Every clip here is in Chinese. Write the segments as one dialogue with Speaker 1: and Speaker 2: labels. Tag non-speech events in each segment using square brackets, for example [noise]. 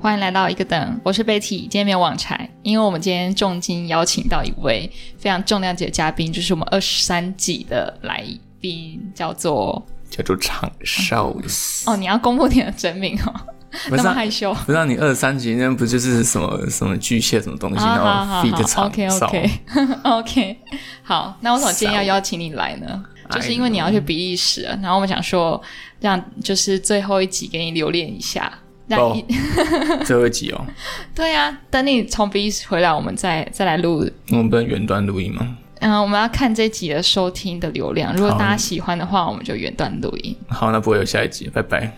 Speaker 1: 欢迎来到一个等，我是贝 y 今天没有网柴，因为我们今天重金邀请到一位非常重量级的嘉宾，就是我们二十三季的来宾，叫做
Speaker 2: 叫做场少司。
Speaker 1: 哦，你要公布你的真名哦，
Speaker 2: 不
Speaker 1: 那
Speaker 2: 是
Speaker 1: 么
Speaker 2: 啊
Speaker 1: 害羞。
Speaker 2: 不知道你二三级那不就是什么什么巨蟹什么东西，
Speaker 1: 啊
Speaker 2: 然
Speaker 1: 好
Speaker 2: 后
Speaker 1: 好
Speaker 2: feed
Speaker 1: 好
Speaker 2: 场
Speaker 1: ，OK
Speaker 2: 少
Speaker 1: OK [laughs] OK，好，那为什么今天要邀请你来呢？
Speaker 2: 少
Speaker 1: 就是因为你要去比利时啊了，然后我们想说让就是最后一集给你留恋一下，让
Speaker 2: 哦
Speaker 1: 一 [laughs]
Speaker 2: 最后一集哦，
Speaker 1: 对啊，等你从比利时回来，我们再再来录。
Speaker 2: 我们不能远端录音吗？
Speaker 1: 嗯、我们要看这集的收听的流量，如果
Speaker 2: 好
Speaker 1: 大家喜欢的话，我们就远端录音。
Speaker 2: 好，那不会有下一集，拜拜。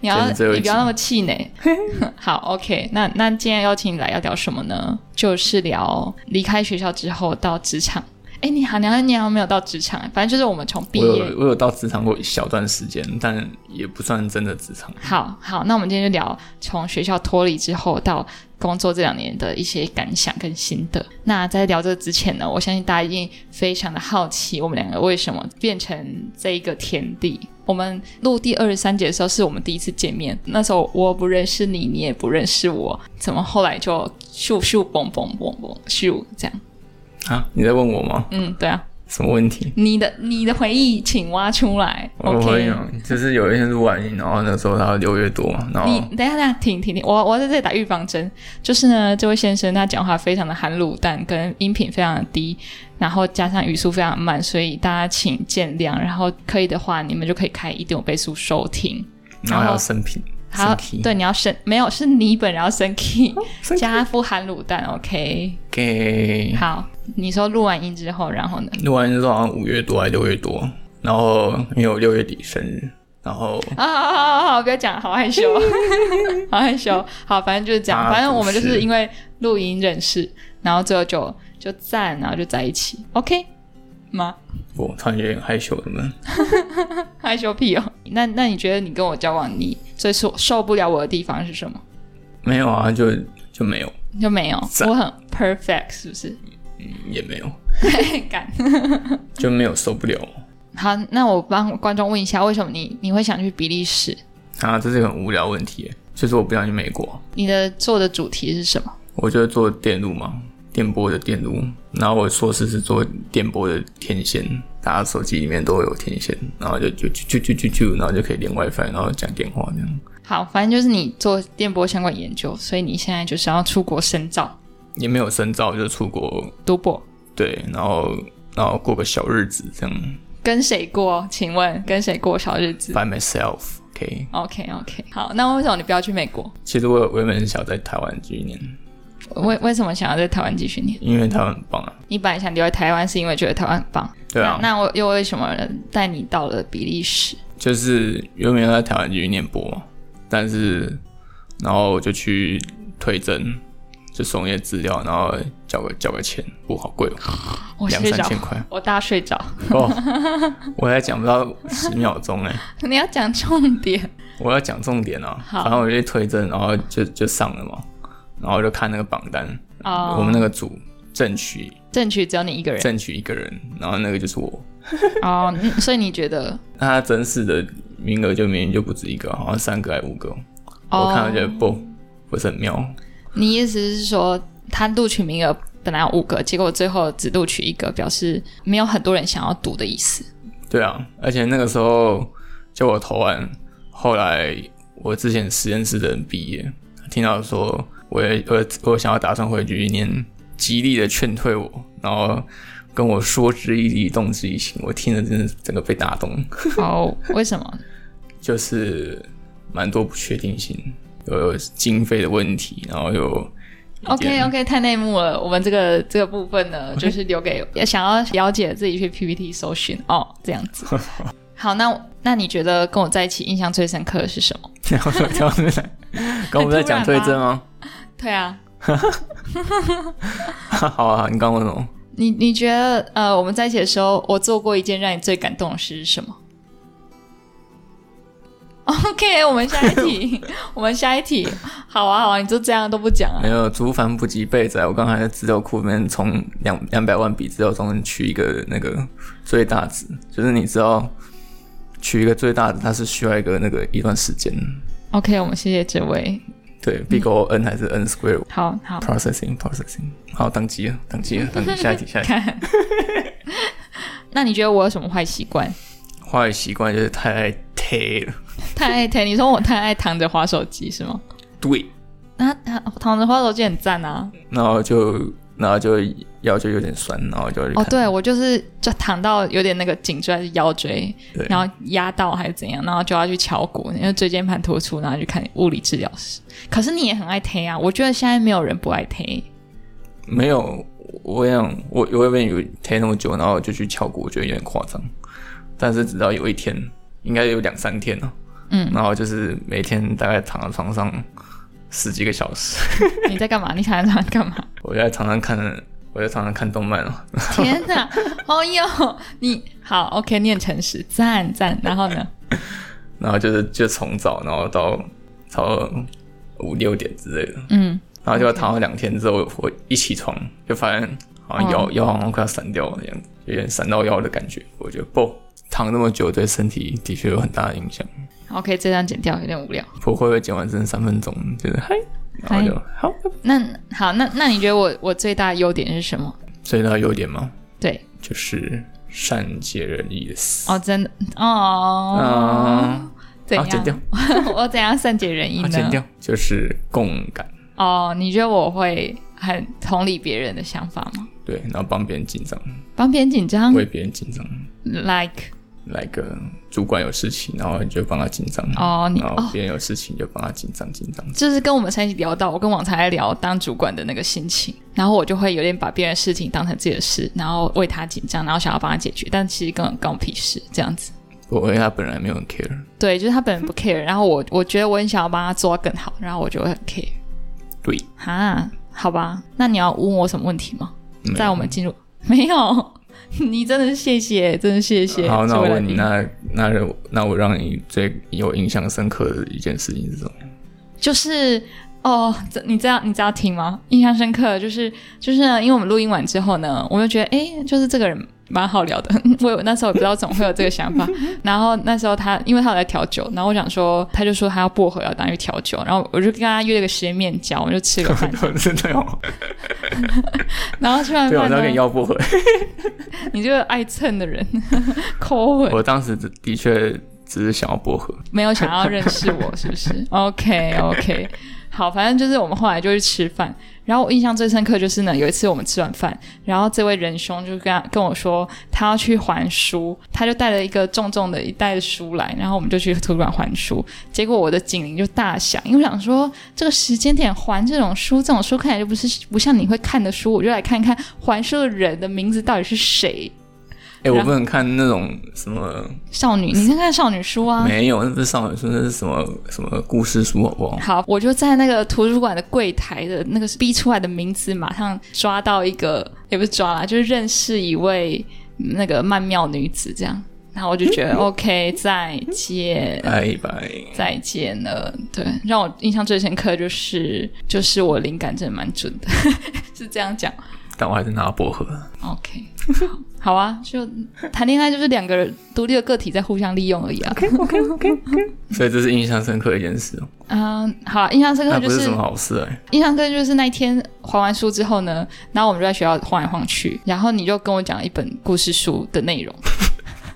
Speaker 1: 你要
Speaker 2: 真的最后一
Speaker 1: 你
Speaker 2: 集
Speaker 1: 不要那么气馁。
Speaker 2: [laughs]
Speaker 1: 好，OK，那那今天邀请你来要聊什么呢？就是聊离开学校之后到职场。哎，你好，你好，你好，没有到职场，反正就是我们从毕
Speaker 2: 我有
Speaker 1: 业。
Speaker 2: 我有到职场过一小段时间，但也不算真的职场。
Speaker 1: 好好，那我们今天就聊从学校脱离之后到工作这两年的一些感想跟心得。那在聊这之前呢，我相信大家一定非常的好奇，我们两个为什么变成这一个天地。我们录第二十三节的时候，是我们第一次见面。那时候我不认识你，你也不认识我，怎么后来就咻咻嘣嘣嘣嘣咻这样？
Speaker 2: 啊，你在问我吗？
Speaker 1: 嗯，对啊，
Speaker 2: 什么问题？
Speaker 1: 你的你的回忆请挖出来。
Speaker 2: 我
Speaker 1: OK，
Speaker 2: 会有，就是有一天录完音，然后那时候他留越多嘛，然
Speaker 1: 你
Speaker 2: 后
Speaker 1: 等一下，等一下，停停停，我我在这里打预防针，就是呢，这位先生他讲话非常的含卤蛋，跟音频非常的低，然后加上语速非常慢，所以大家请见谅。然后可以的话，你们就可以开一点五倍速收听。
Speaker 2: 然后还
Speaker 1: 然后
Speaker 2: 有生平，
Speaker 1: 好
Speaker 2: 生，平，
Speaker 1: 对，你要升没有是你本人要升 key，
Speaker 2: 生嗯平
Speaker 1: 加副含卤蛋，OK。
Speaker 2: 给
Speaker 1: 好，你说录完音之后，然后呢？
Speaker 2: 录完音之后好像五月多还六月多，然后因为我六月底生日，然后
Speaker 1: 啊好好好好，不要讲，好害羞，好害羞。好，反正就是这样，
Speaker 2: 啊
Speaker 1: 反正我们就
Speaker 2: 不
Speaker 1: 是
Speaker 2: 是
Speaker 1: 因为录音认识，然后最后就就赞，然后就在一起，OK 吗？
Speaker 2: 我突然有点害羞了。
Speaker 1: 害羞屁哦。那那你觉得你跟我交往，你最受受不了我的地方是什么？
Speaker 2: 没有啊，就就没有，
Speaker 1: 就没有，
Speaker 2: 赞
Speaker 1: 我很 perfect，是不是？
Speaker 2: 也没有，
Speaker 1: 敢。
Speaker 2: 就没有受不了
Speaker 1: 好，那我帮观众问一下，为什么你你会想去比利时？
Speaker 2: 啊！这是一个很无聊的问题耶，就是我不想去美国，
Speaker 1: 你的做的主题是什么？
Speaker 2: 我就做电路嘛，电波的电路，然后我硕士是做电波的天线，大家手机里面都会有天线，然后就就就就就就就，然后就可以连 WiFi，然后讲电话这样，
Speaker 1: 好，反正就是你做电波相关研究，所以你现在就是要出国深造
Speaker 2: 也没有深造，就出国
Speaker 1: 读博。
Speaker 2: 对，然后然后过个小日子这样
Speaker 1: 跟谁过？请问跟谁过小日子
Speaker 2: ，by myself。OK，
Speaker 1: ？OK OK，好，那为什么你不要去美国？
Speaker 2: 其实我有我原本是想在台湾继续念，
Speaker 1: 为为什么想要在台湾继续念？
Speaker 2: 因为台湾很棒啊。
Speaker 1: 你本来想留在台湾，是因为觉得台湾很棒。
Speaker 2: 对啊，
Speaker 1: 那那我又为什么带你到了比利时？
Speaker 2: 就是原本要在台湾继续念博嘛，但是然后我就去推甄，就送一些资料，然后交个交个钱，不好贵哦，
Speaker 1: 我
Speaker 2: 两
Speaker 1: 睡
Speaker 2: 三
Speaker 1: 着，[laughs]
Speaker 2: 千块
Speaker 1: 我大睡着。
Speaker 2: 哦，我还讲不到十秒钟哎，
Speaker 1: 你要讲重点。
Speaker 2: 我要讲重点啊，
Speaker 1: 好
Speaker 2: 反正我就去推甄，然后就就上了嘛，然后我就看那个榜单，
Speaker 1: 哦
Speaker 2: 我们那个组正取
Speaker 1: 正取只有你一个人
Speaker 2: 正取一个人，然后那个就是我，
Speaker 1: 哦，嗯所以你觉得
Speaker 2: 那他真实的名额就明明就不止一个，好像三个还五个哦，
Speaker 1: 哦
Speaker 2: 我看了觉得不不是很妙。
Speaker 1: 你意思是说，他录取名额本来有五个，结果最后只录取一个，表示没有很多人想要读的意
Speaker 2: [laughs]
Speaker 1: 思。
Speaker 2: 对啊，而且那个时候就我投完，后来我之前实验室的人毕业，听到说我也我我想要打算回去念，极力的劝退我，然后跟我说之以理，动之以情，我听了真的整个被打动，
Speaker 1: 哦，为什么？
Speaker 2: 就是蛮多不确定性，有有经费的问题，然后有
Speaker 1: OK OK，太内幕了。我们这个这个部分呢，就是留给想要了解自己去 PPT 搜寻哦，这样子。好，那那你觉得跟我在一起印象最深刻的是什么？
Speaker 2: 然后然后刚我们在讲对症吗？
Speaker 1: 对啊，哎
Speaker 2: 好啊，你刚问什么？
Speaker 1: 你你觉得呃，我们在一起的时候，我做过一件让你最感动的事是什么？OK，我们下一题，我们下一题。好啊，好啊，你就这样都不讲啊
Speaker 2: 没？有，竹凡不及被啊宰。我刚才在资料库里面从两两百万笔资料中取一个那个最大值，就是你知道取一个最大值，它是需要一个那个一段时间。
Speaker 1: OK，我们谢谢这位
Speaker 2: 对，Big O N 还是 N Square
Speaker 1: 好好
Speaker 2: Processing Processing？好，宕机了，宕机了，
Speaker 1: 嗯
Speaker 2: 宕机。下一题，下一题。
Speaker 1: 看。 [laughs] 那你觉得我有什么坏习惯？
Speaker 2: 坏习惯就是太爱贴了。
Speaker 1: 太爱太，你说我太爱躺着滑手机是吗？
Speaker 2: 对，
Speaker 1: 那、啊、躺着滑手机很赞啊！
Speaker 2: 然后就然后就腰就有点酸，然后就去
Speaker 1: 哦，
Speaker 2: 看
Speaker 1: 对我就是就躺到有点那个颈椎还是腰椎，
Speaker 2: 对
Speaker 1: 然后压到还是怎样，然后就要去敲骨，因为椎间盘突出，然后去看物理治疗师。可是你也很爱推啊，我觉得现在没有人不爱推。
Speaker 2: 没有，我想我我原本以为贴那么久，然后就去敲鼓，我觉得有点夸张。但是直到有一天，应该有两三天了、
Speaker 1: 嗯，
Speaker 2: 然后就是每天大概躺在床上十几个小时， [laughs]
Speaker 1: 你在干 [laughs] 嘛？你躺在那干嘛？
Speaker 2: 我在床上看，我在床上看动漫啊了。
Speaker 1: 天哪！ [laughs] 哦哟，你好，OK，念诚实，赞赞。然后呢？
Speaker 2: 然后就是就从早，然后到差不多五六点之类的，
Speaker 1: [laughs] 嗯，
Speaker 2: 然后就躺了两天之后，我一起床就发现好像
Speaker 1: 嗯
Speaker 2: 腰、腰好像快要散掉了这样子，有点闪到腰的感觉。我觉得不躺那么久对身体的确有很大的影响。
Speaker 1: OK，这段剪掉有点无聊。
Speaker 2: 不会不会剪完剩三分钟，就是嗨，然后就好。
Speaker 1: 那好，那那你觉得我我最大的优点是什么？
Speaker 2: 最大优点嘛，
Speaker 1: 对，
Speaker 2: 就是善解人意的死。
Speaker 1: 哦，真的哦，
Speaker 2: 嗯
Speaker 1: 怎
Speaker 2: 好
Speaker 1: 样？
Speaker 2: 剪掉，
Speaker 1: [laughs] 我怎样善解人意
Speaker 2: 好
Speaker 1: 呢？
Speaker 2: 剪掉，就是共感，
Speaker 1: 哦，你觉得我会很同理别人的想法吗？
Speaker 2: 对，然后帮别人紧张，
Speaker 1: 帮别人紧张
Speaker 2: 为别人紧张。
Speaker 1: ，like
Speaker 2: 来个主管有事情，然后你就帮他紧张
Speaker 1: 哦你
Speaker 2: 然
Speaker 1: 哦
Speaker 2: 后别人有事情你就帮他紧张紧张。
Speaker 1: 就是跟我们上一起聊到，我跟王才在聊当主管的那个心情，然后我就会有点把别人的事情当成自己的事，然后为他紧张，然后想要帮他解决，但其实根本关我屁事，这样子。
Speaker 2: 我因为他本来没有很 care，
Speaker 1: 对，就是他本
Speaker 2: [laughs]
Speaker 1: 人不 care，然后我我觉得我很想要帮他做到更好，然后我就会很 care。
Speaker 2: 对，
Speaker 1: 哈，好吧，那你要问我什么问题吗？
Speaker 2: 没有
Speaker 1: 在我们进入 [laughs] 没有，你真的是谢谢，真的谢谢。
Speaker 2: 好，那
Speaker 1: 这
Speaker 2: 我
Speaker 1: 位来
Speaker 2: 问你，
Speaker 1: 宾
Speaker 2: 那那那我让你最有印象深刻的一件事情
Speaker 1: [laughs]
Speaker 2: 是什么？
Speaker 1: 就是哦，这你知道你知道听吗？印象深刻，就是就是呢，因为我们录音完之后呢，我就觉得诶，就是这个人蛮好聊的。 [laughs] 我有那时候也不知道怎么会有这个想
Speaker 2: [laughs]
Speaker 1: 法，然后那时候他因为他有在调酒，然后我想说，他就说他要薄荷要当去调酒，然后我就跟他约了个时间面交，我们就吃
Speaker 2: [laughs]
Speaker 1: 个饭，
Speaker 2: 真的哦，
Speaker 1: 然后吃完
Speaker 2: 对，啊我
Speaker 1: 饭
Speaker 2: 要跟你
Speaker 1: 呢，
Speaker 2: 要不回。
Speaker 1: 你这个爱蹭的人， [laughs] 抠吻。
Speaker 2: [laughs] 我当时的的确只是想要薄荷，
Speaker 1: 没有想要认识我，是不是？OK OK，好，反正就是我们后来就去吃饭，然后我印象最深刻就是呢，有一次我们吃完饭，然后这位仁兄就跟他跟我说他要去还书，他就带了一个重重的一袋书来，然后我们就去图书馆还书，结果我的警铃就大响，因为我想说这个时间点还这种书，这种书看起来就不是不像你会看的书，我就来看看还书的人的名字到底是谁。
Speaker 2: 哎、我
Speaker 1: 然后
Speaker 2: 不能看那种什么，
Speaker 1: 少女，你看看少女书啊，
Speaker 2: 没有，那不是少女书，那是什么什么故事书，好不好？
Speaker 1: 好，我就在那个图书馆的柜台的那个逼出来的名字，马上抓到一个，也不是抓啦，就是认识一位嗯那个曼妙女子这样。然后我就觉得 OK，再见，
Speaker 2: 拜拜。
Speaker 1: 再见了。对，让我印象最深刻就是，就是我灵感真的蛮准的， [laughs] 是这样讲。
Speaker 2: 但我还是拿薄荷。
Speaker 1: OK，好啊，就谈恋爱就是两个人独立的个体在互相利用而已啊。
Speaker 2: 所以这是印象深刻的一件事哦，
Speaker 1: 嗯，好啊，印象深刻
Speaker 2: 那
Speaker 1: 就
Speaker 2: 不是
Speaker 1: 是
Speaker 2: 什么好事哎、
Speaker 1: 印象深刻就是那一天还完书之后呢，然后我们就在学校晃来晃去，然后你就跟我讲了一本故事书的内
Speaker 2: [laughs]
Speaker 1: 容。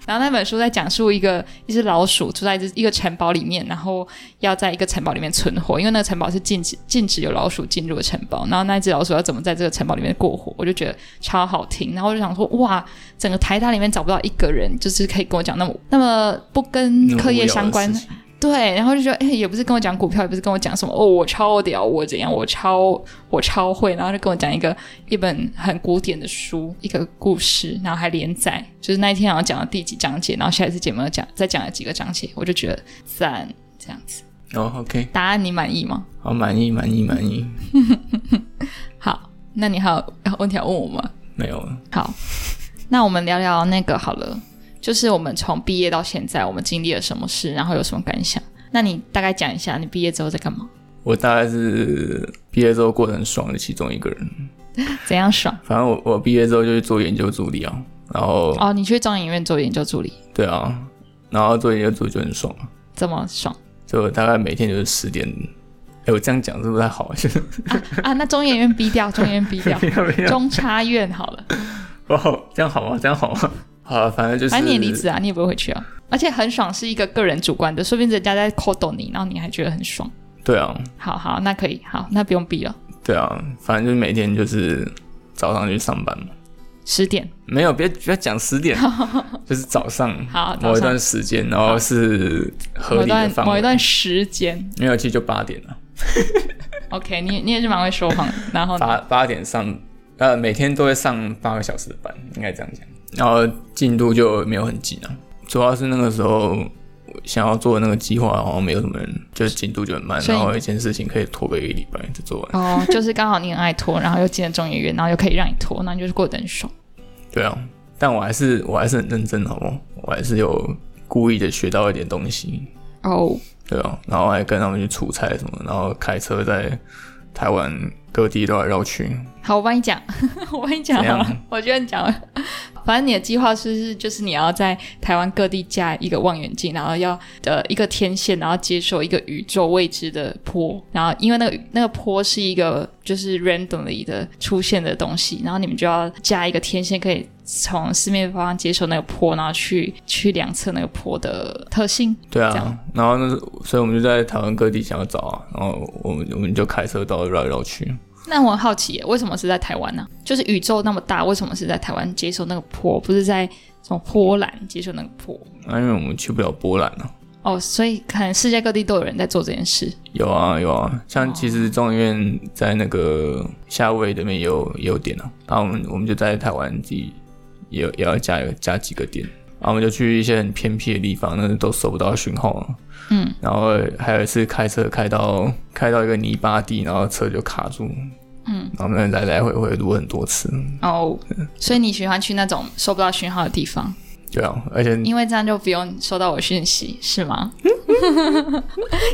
Speaker 1: 然后那本书在讲述一个一只老鼠住在一只一个城堡里面，然后要在一个城堡里面存活，因为那个城堡是禁止禁止有老鼠进入的城堡。然后那只老鼠要怎么在这个城堡里面过活，我就觉得超好听。然后我就想说，哇，整个台大里面找不到一个人，就是可以跟我讲那么那么不跟
Speaker 2: 那么
Speaker 1: 课
Speaker 2: 无
Speaker 1: 业
Speaker 2: 聊的
Speaker 1: 嗯相关
Speaker 2: 事情
Speaker 1: 对，然后就觉得，哎、也不是跟我讲股票，也不是跟我讲什么，哦，我超屌，我怎样，我超我超会，然后就跟我讲一个一本很古典的书，一个故事，然后还连载，就是那一天好像讲到第几章节，然后下一次节目又讲再讲了几个章节，我就觉得赞，这样子，
Speaker 2: 哦，OK，
Speaker 1: 答案你满意吗？
Speaker 2: 好，满意，满意，满意，
Speaker 1: 好，那你还有问题要问我吗？
Speaker 2: 没有了。
Speaker 1: 好，那我们聊聊那个好了，就是我们从毕业到现在，我们经历了什么事，然后有什么感想？那你大概讲一下，你毕业之后在干嘛？
Speaker 2: 我大概是毕业之后过得很爽的其中一个人。
Speaker 1: 怎样爽？
Speaker 2: 反正我我毕业之后就去做研究助理啊，然后、
Speaker 1: 哦，你去中影院做研究助理，
Speaker 2: 对啊，然后做研究助理就很爽啊，
Speaker 1: 这么爽？
Speaker 2: 就大概每天就是十点哎、我这样讲是不太好，就是
Speaker 1: 啊，那中研院逼掉，中研院逼
Speaker 2: [laughs]
Speaker 1: 掉
Speaker 2: 不，要不要，
Speaker 1: 中差院好了，
Speaker 2: 哦，这样好吗？这样好吗？好了，反正就是，
Speaker 1: 反正你也离职啊，你也不会回去啊。而且很爽是一个个人主观的，说不定人家在 c o d 你，然后你还觉得很爽。
Speaker 2: 对啊，
Speaker 1: 好好，那可以，好，那不用逼了，
Speaker 2: 对啊，反正就是每天就是早上去上班嘛。
Speaker 1: 十点。
Speaker 2: 没有，别不要讲十
Speaker 1: [laughs]
Speaker 2: 点，就是早上
Speaker 1: 好，早
Speaker 2: 某一
Speaker 1: 上
Speaker 2: 段时间，然后是合
Speaker 1: 某一
Speaker 2: 理的
Speaker 1: 段
Speaker 2: 范
Speaker 1: 某一
Speaker 2: 围。
Speaker 1: 段时间
Speaker 2: 没有，其实就八点了，
Speaker 1: ，OK，你你也是蛮会说谎的，然后呢
Speaker 2: 八八点上，呃，每天都会上八个小时的班，应该这样讲。然后进度就没有很紧啊，主要是那个时候想要做的那个计划，好像没有什么人，就是进度就很慢，
Speaker 1: 所以
Speaker 2: 然后一件事情可以拖个一个礼拜就做完。
Speaker 1: 哦，就是刚好你很爱拖，然后又进了中研院，然后又可以让你拖，那你就是过得很爽。
Speaker 2: 对啊，但我还是我还是很认真，好不好？我还是有故意的学到一点东西，
Speaker 1: 哦，
Speaker 2: 对啊，然后还跟他们去出差什么，然后开车在台湾各地绕来绕去。
Speaker 1: 好，我帮你讲， [laughs] 我帮你讲好
Speaker 2: 怎
Speaker 1: 了
Speaker 2: 样，
Speaker 1: 我觉得你讲了。反正你的计划是不是就是你要在台湾各地架一个望远镜，然后要呃一个天线，然后接受一个宇宙未知的波，然后因为那个那个波是一个就是 randomly 的出现的东西，然后你们就要架一个天线，可以从四面八方接受那个波，然后去去量测那个波的特性。
Speaker 2: 对
Speaker 1: 这
Speaker 2: 啊
Speaker 1: 样，
Speaker 2: 然后那时候所以我们就在台湾各地想要找啊，然后我们我们就开车到绕来绕去。
Speaker 1: 那我很好奇耶，为什么是在台湾呢、就是宇宙那么大，为什么是在台湾接受那个波，不是在什么波兰接受那个波？
Speaker 2: 啊，因为我们去不了波兰啊。
Speaker 1: 哦，所以可能世界各地都有人在做这件事。
Speaker 2: 有啊有啊，
Speaker 1: 哦
Speaker 2: 像其实中医院在那个夏威夷那边也有也有点啊，然后我们我们就在台湾自己也有也要加有加几个点，然后我们就去一些很偏僻的地方，那都收不到讯号啊。
Speaker 1: 嗯，
Speaker 2: 然后还有一次开车开到开到一个泥巴地，然后车就卡住，
Speaker 1: 嗯，
Speaker 2: 然后我们来来回回撸很多次，
Speaker 1: 哦，所以你喜欢去那种收不到讯号的地方，
Speaker 2: 对啊，而且
Speaker 1: 因为这样就不用收到我讯息，是吗？ [laughs]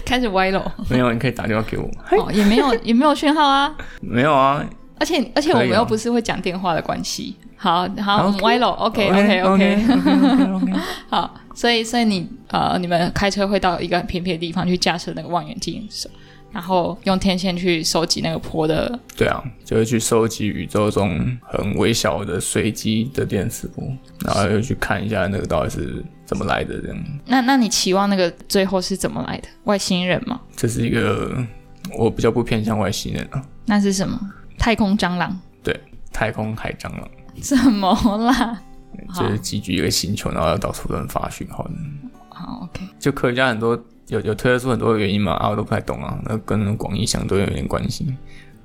Speaker 1: 开始歪楼
Speaker 2: 没有你可以打电话给我，
Speaker 1: 哦，也没有也没有讯号啊，
Speaker 2: 没有啊
Speaker 1: 而且而且我
Speaker 2: 可以
Speaker 1: 们
Speaker 2: 啊
Speaker 1: 又不是会讲电话的关系。好好，
Speaker 2: OK
Speaker 1: 我们歪楼，OK OK
Speaker 2: OK
Speaker 1: OK，
Speaker 2: OK，
Speaker 1: 好，所以所以你呃，你们开车会到一个很偏僻的地方去架设那个望远镜，然后用天线去收集那个坡的
Speaker 2: 对啊，就是去收集宇宙中很微小的随机的电磁波，然后又去看一下那个到底是怎么来的，这样，
Speaker 1: 那那你期望那个最后是怎么来的？外星人吗？
Speaker 2: 这是一个我比较不偏向外星人啊，
Speaker 1: 那是什么？太空蟑螂？
Speaker 2: 太空海蟑螂。
Speaker 1: 怎么啦？好
Speaker 2: 就是集聚一个星球，然后要到处乱发讯号的。
Speaker 1: 好，OK，
Speaker 2: 就科学家很多有有推测出很多原因嘛，啊，我都不太懂啊，那跟广义相对有点关系。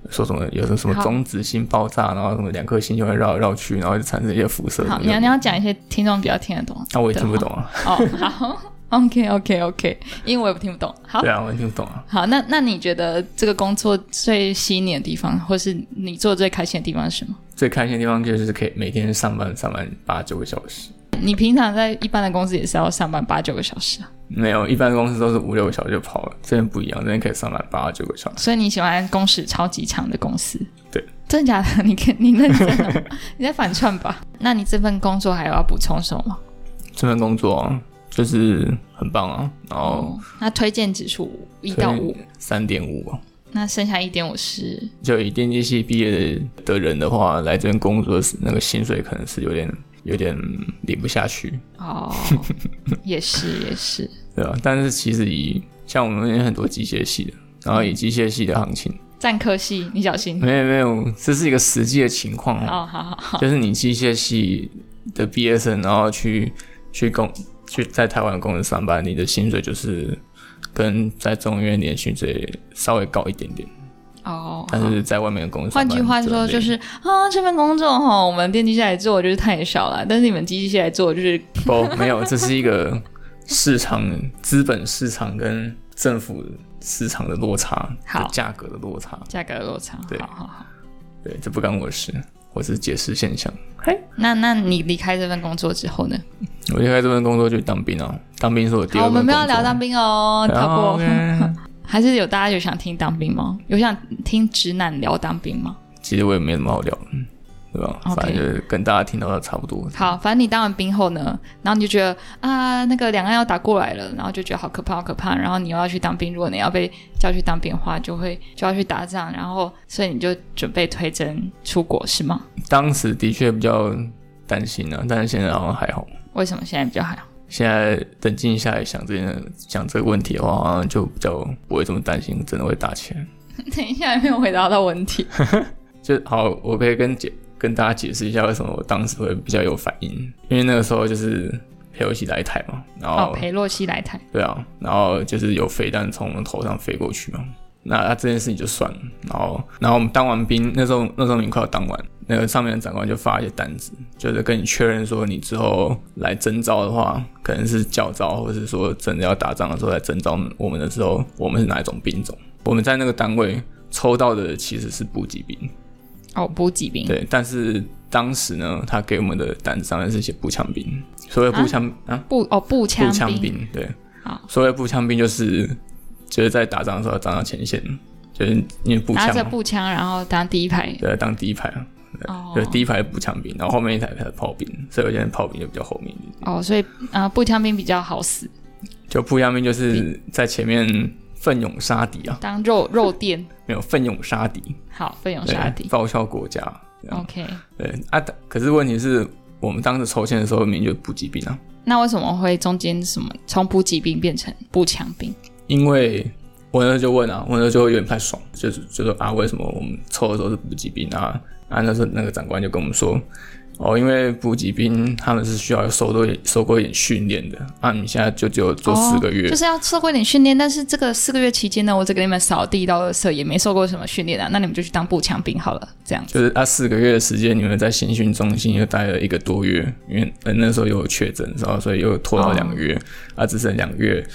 Speaker 2: 说什么有什么什么
Speaker 1: 好
Speaker 2: 中子星爆炸，然后什么两颗星球会绕来绕去，然后就产生一些辐射。
Speaker 1: 好，你要你要讲一些听众比较听得懂
Speaker 2: 那、我也听不懂啊，
Speaker 1: 哦。好，OK OK OK，因为我也听不懂。好
Speaker 2: 对，啊，我也听不懂啊。
Speaker 1: 好，那那你觉得这个工作最吸引你的地方，或是你做最开心的地方是什么？
Speaker 2: 最开心的地方就是可以每天上班上班八九个小时，
Speaker 1: 你平常在一般的公司也是要上班八九个小时啊，
Speaker 2: 没有一般公司都是五六个小时就跑了，这边不一样，这边可以上班八九个小时。
Speaker 1: 所以你喜欢工时超级长的公司？
Speaker 2: 对，
Speaker 1: 真的假的？ [laughs] 你看你认真的吗？ [laughs] 你在反串吧？那你这份工作还有要补充什么吗？
Speaker 2: 这份工作啊就是很棒啊，然后，
Speaker 1: 那推荐指数嗯一到五，
Speaker 2: 三点五啊。
Speaker 1: 那剩下一点五是
Speaker 2: 就以电机系毕业的人的话，来这边工作是那个薪水可能是有点有点领不下去， [laughs]
Speaker 1: 哦，也是也是，
Speaker 2: 对吧？但是其实以像我们有很多机械系的，然后以机械系的行情，
Speaker 1: 占科系，你小心。
Speaker 2: 没有没有，这是一个实际的情况哦，
Speaker 1: 哦，好好好，
Speaker 2: 就是你机械系的毕业生，然后去去公去在台湾的公司上班，你的薪水就是跟在中医院年薪水稍微高一点点，
Speaker 1: 哦，
Speaker 2: 但
Speaker 1: 好
Speaker 2: 是在外面的公司上
Speaker 1: 换
Speaker 2: 班
Speaker 1: 句话说
Speaker 2: 很累
Speaker 1: 就是啊，这份工作哈，我们电机系来做就是太少了，但是你们机器系来做就是
Speaker 2: 不，没有，这是一个市场、资本市场跟政府市场的落差，
Speaker 1: 好
Speaker 2: 的价格的落差。
Speaker 1: 价格落差。
Speaker 2: 对
Speaker 1: 好好好。
Speaker 2: 对，这不干我的事，我是解释现象。
Speaker 1: 那那你离开这份工作之后呢？
Speaker 2: 我离开这份工作就去当兵啊，当兵是我第二
Speaker 1: 好，我
Speaker 2: 份
Speaker 1: 们
Speaker 2: 工
Speaker 1: 不
Speaker 2: 作。
Speaker 1: 要
Speaker 2: 啊
Speaker 1: 聊当兵哦，跳过。
Speaker 2: 然 [laughs] 后
Speaker 1: [laughs] 还是有大家有想听当兵吗？有想听直男聊当兵吗？
Speaker 2: 其实我也没什么好聊的，对吧
Speaker 1: OK
Speaker 2: 反正就是跟大家听到的差不多。
Speaker 1: 好，反正你当完兵后呢，然后你就觉得啊，那个两岸要打过来了，然后就觉得好可怕，好可怕。然后你又要去当兵，如果你要被叫去当兵的话，就会就要去打仗，然后所以你就准备推甄出国是吗？
Speaker 2: 当时的确比较担心啊，但是现在好像还好。
Speaker 1: 为什么现在比较还好？ [laughs]
Speaker 2: 现在冷静下来想这件想这个问题的话，好像就比较不会这么担心，真的会打起来。
Speaker 1: 等一下没有回答到问题。
Speaker 2: 就好，我可以跟解跟大家解释一下为什么我当时会比较有反应，因为那个时候就是陪我一起来台嘛，然
Speaker 1: 哦，
Speaker 2: 后、
Speaker 1: 裴洛西来台，
Speaker 2: 对啊，然后就是有飞弹从我们头上飞过去嘛。那那这件事情就算了，然后然后我们当完兵，那时候那时候你快要当完，那个上面的长官就发一些单子，就是跟你确认说你之后来征召的话，可能是教招，或者是说真的要打仗的时候来征召我们的时候，我们是哪一种兵种。我们在那个单位抽到的其实是补给兵，
Speaker 1: 哦，补给兵，
Speaker 2: 对，但是当时呢，他给我们的单子上面是写步枪兵，所谓步枪啊
Speaker 1: 步哦步枪
Speaker 2: 步枪
Speaker 1: 兵，
Speaker 2: 兵，对
Speaker 1: 好，
Speaker 2: 所谓步枪兵就是就是在打仗的时候要站到前线，就是因为步
Speaker 1: 拿
Speaker 2: 枪
Speaker 1: 着
Speaker 2: 嘛
Speaker 1: 步枪，然后当第一排。
Speaker 2: 对当第一排啊，
Speaker 1: 哦
Speaker 2: 对，第一排步枪兵，然后后面一排才是炮兵，所以我现在炮兵就比较后面一点。
Speaker 1: 哦，所以啊、呃步枪兵比较好死，
Speaker 2: 就步枪兵就是在前面奋勇杀敌啊，
Speaker 1: 当肉肉垫，
Speaker 2: 没有奋勇杀敌，
Speaker 1: 好，奋勇
Speaker 2: 对
Speaker 1: 杀敌。
Speaker 2: 报效国家。这样
Speaker 1: OK，
Speaker 2: 对啊，但可是问题是我们当时抽签的时候，明明就是补给兵啊。
Speaker 1: 那为什么会中间什么从补给兵变成步枪兵？
Speaker 2: 因为我那时候就问啊，我那时候就有点不太爽，就是就说啊，为什么我们抽的时候是补给兵啊？啊，那时候那个长官就跟我们说，哦，因为补给兵他们是需要受多一点受过一点训练的，啊，你现在就只有做四个
Speaker 1: 哦
Speaker 2: 月，
Speaker 1: 就是要受过一点训练，但是这个四个月期间呢，我只给你们扫地到垃圾，也没受过什么训练啊，那你们就去当步枪兵好了，这样子。
Speaker 2: 就是啊四个月的时间，你们在新训中心又待了一个多月，因为、呃、那时候有确诊，然后所以又拖到两个月，啊，只剩两个月，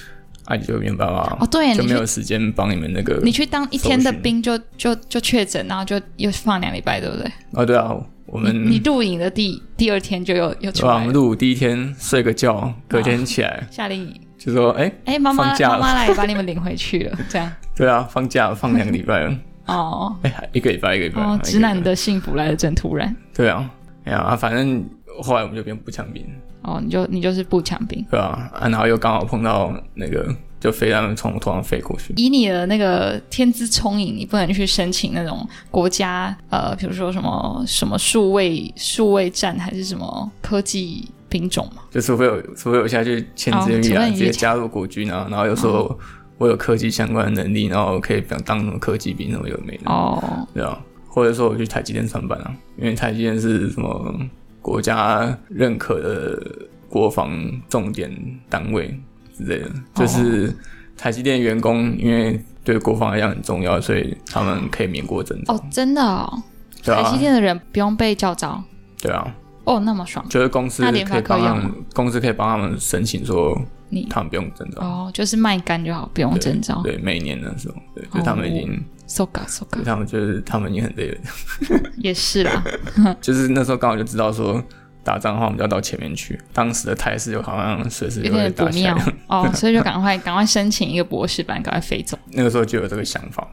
Speaker 2: 啊，你就没有办法，
Speaker 1: 哦，对，
Speaker 2: 就
Speaker 1: 你去
Speaker 2: 没有时间帮你们那个
Speaker 1: 你去当一天的
Speaker 2: 搜寻
Speaker 1: 兵就就就确诊，然后就又放两礼拜，对不对？
Speaker 2: 哦，对啊，我们
Speaker 1: 你你入营的第第二天就又又
Speaker 2: 对啊
Speaker 1: 出
Speaker 2: 吧？我
Speaker 1: 来
Speaker 2: 们
Speaker 1: 了，
Speaker 2: 入伍第一天睡个觉，隔天起来
Speaker 1: 夏令营。
Speaker 2: 就说：“哎、
Speaker 1: 哎，妈妈
Speaker 2: 放假
Speaker 1: 妈
Speaker 2: 了
Speaker 1: 妈来把你们领回去了，这样
Speaker 2: 对啊，放假了放两个礼拜了，
Speaker 1: 哦
Speaker 2: 哎、还一个礼拜一个礼拜。
Speaker 1: 哦，
Speaker 2: 还一个礼拜
Speaker 1: 直男的幸福来的真突然
Speaker 2: 对啊，哎呀、啊，反正后来我们就变步枪兵，
Speaker 1: 哦，你就你就是步枪兵。
Speaker 2: 对吧、啊？然后又刚好碰到那个就飞弹从我头上飞过去，
Speaker 1: 以你的那个天资聪颖，你不能去申请那种国家呃，比如说什么什么数位数位战还是什么科技兵种嘛？
Speaker 2: 就除非有除非有下去签志愿役
Speaker 1: 哦除非
Speaker 2: 啊，
Speaker 1: 你哦
Speaker 2: 直接加入国军啊，然后又说我有科技相关的能力，然后可以当当什么科技兵什么有的没的，
Speaker 1: 哦，
Speaker 2: 对啊，或者说我去台积电上班啊，因为台积电是什么国家认可的国防重点单位之类的，
Speaker 1: 哦
Speaker 2: 就是台积电员工因为对国防来讲很重要，所以他们可以免国征召，
Speaker 1: 哦，真的哦，
Speaker 2: 对
Speaker 1: 台积
Speaker 2: 啊，
Speaker 1: 电的人不用被叫招
Speaker 2: 对啊，
Speaker 1: 哦，那么爽，
Speaker 2: 就是公司
Speaker 1: 那
Speaker 2: 可以
Speaker 1: 联发
Speaker 2: 帮
Speaker 1: 科
Speaker 2: 他
Speaker 1: 要
Speaker 2: 们，公司可以帮他们申请说
Speaker 1: 你
Speaker 2: 他们不用征召，
Speaker 1: 哦，就是卖干就好，不用征招。
Speaker 2: 啊对，每年的时候，对，
Speaker 1: 哦
Speaker 2: 就他们已经，
Speaker 1: so ga so
Speaker 2: 就
Speaker 1: ga，
Speaker 2: 他们就是他们已经很累了，
Speaker 1: 也是
Speaker 2: [laughs]
Speaker 1: 啦，
Speaker 2: 就是那时候刚好就知道说打仗的话，我们就要到前面去。当时的态势就好像随时
Speaker 1: 有
Speaker 2: 会
Speaker 1: 点不
Speaker 2: 打起
Speaker 1: 妙
Speaker 2: 来，
Speaker 1: 哦，所以就赶快赶快申请一个博士班，赶快飞走。
Speaker 2: [laughs] 那个时候就有这个想法。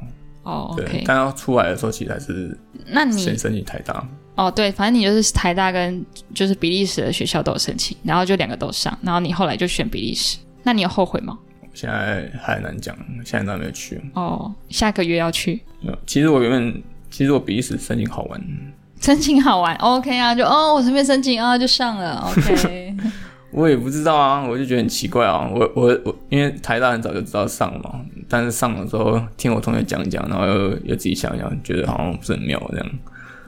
Speaker 1: 哦
Speaker 2: 对
Speaker 1: ，OK，
Speaker 2: 但要出来的时候，其实还是
Speaker 1: 那你
Speaker 2: 先申请台大。
Speaker 1: 哦，对，反正你就是台大跟就是比利时的学校都有申请，然后就两个都上，然后你后来就选比利时，那你有后悔吗？
Speaker 2: 现在还很难讲，现在都还没有去。
Speaker 1: 哦，下个月要去
Speaker 2: 没有其实我原本，其实我比利时申请好玩，
Speaker 1: 申请好玩，OK [laughs] 啊，就哦我随便申请啊就上了，OK，
Speaker 2: [laughs] 我也不知道啊，我就觉得很奇怪啊。我我我，因为台大很早就知道上了嘛，但是上了之后听我同学讲一讲，然后又又自己想一想，觉得好像不是很妙这样。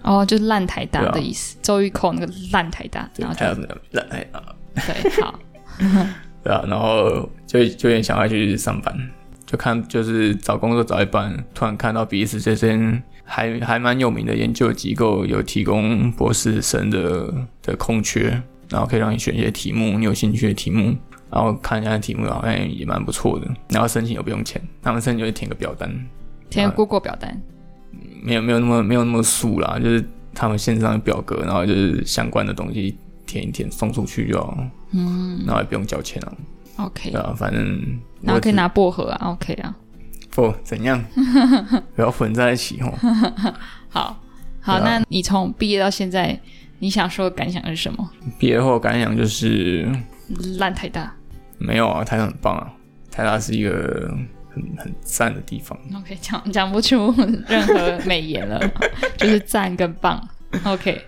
Speaker 1: 哦就是烂台大
Speaker 2: 对啊
Speaker 1: 的意思，周玉蔻那个烂台大，
Speaker 2: 对，啊
Speaker 1: 然后
Speaker 2: 台
Speaker 1: 就
Speaker 2: 大怎么样？烂台大。
Speaker 1: 对，
Speaker 2: [laughs]
Speaker 1: 好，
Speaker 2: 对啊，然后就就有点想要去上班，就看就是找工作找一半，突然看到比利时这间还还蛮有名的研究机构有提供博士生的的空缺，然后可以让你选一些题目，你有兴趣的题目，然后看一下题目好像也蛮不错的，然后申请又不用钱，他们申请就是填个表单，
Speaker 1: 填个
Speaker 2: 啊
Speaker 1: Google 表单，
Speaker 2: 没有没有那么没有那么素啦，就是他们线上的表格，然后就是相关的东西填一填送出去就好，
Speaker 1: 嗯
Speaker 2: 然后也不用交钱啊，
Speaker 1: ，OK，
Speaker 2: 对啊，反正
Speaker 1: 然
Speaker 2: 我
Speaker 1: 后可以
Speaker 2: 只
Speaker 1: 拿薄荷啊，OK 啊， [laughs]
Speaker 2: 不怎样，不要混在一起哦。
Speaker 1: 好，好，
Speaker 2: 对啊
Speaker 1: 那你从毕业到现在，你想说的感想是什么？
Speaker 2: 毕业后感想就是
Speaker 1: 烂太大。
Speaker 2: 没有啊，台大很棒啊，台大是一个很很赞的地方。
Speaker 1: OK，讲讲不出任何美言
Speaker 2: [laughs]
Speaker 1: 了，就是赞跟棒。OK，